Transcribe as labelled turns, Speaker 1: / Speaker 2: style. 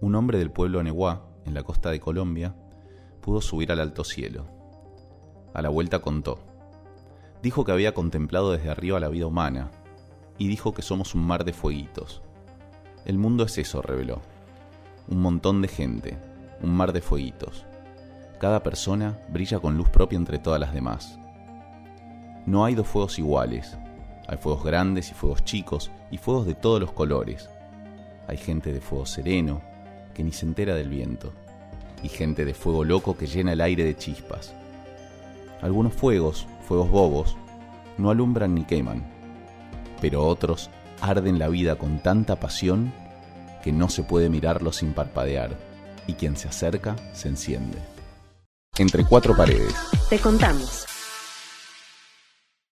Speaker 1: un hombre del pueblo Nehuá, en la costa de Colombia, pudo subir al alto cielo. A la vuelta contó. Dijo que había contemplado desde arriba la vida humana y dijo que somos un mar de fueguitos. El mundo es eso, reveló. Un montón de gente, un mar de fueguitos. Cada persona brilla con luz propia entre todas las demás. No hay dos fuegos iguales. Hay fuegos grandes y fuegos chicos y fuegos de todos los colores. Hay gente de fuego sereno, que ni se entera del viento, y gente de fuego loco que llena el aire de chispas. Algunos fuegos, fuegos bobos, no alumbran ni queman, pero otros arden la vida con tanta pasión que no se puede mirarlos sin parpadear, y quien se acerca se enciende. Entre cuatro paredes,
Speaker 2: Te contamos.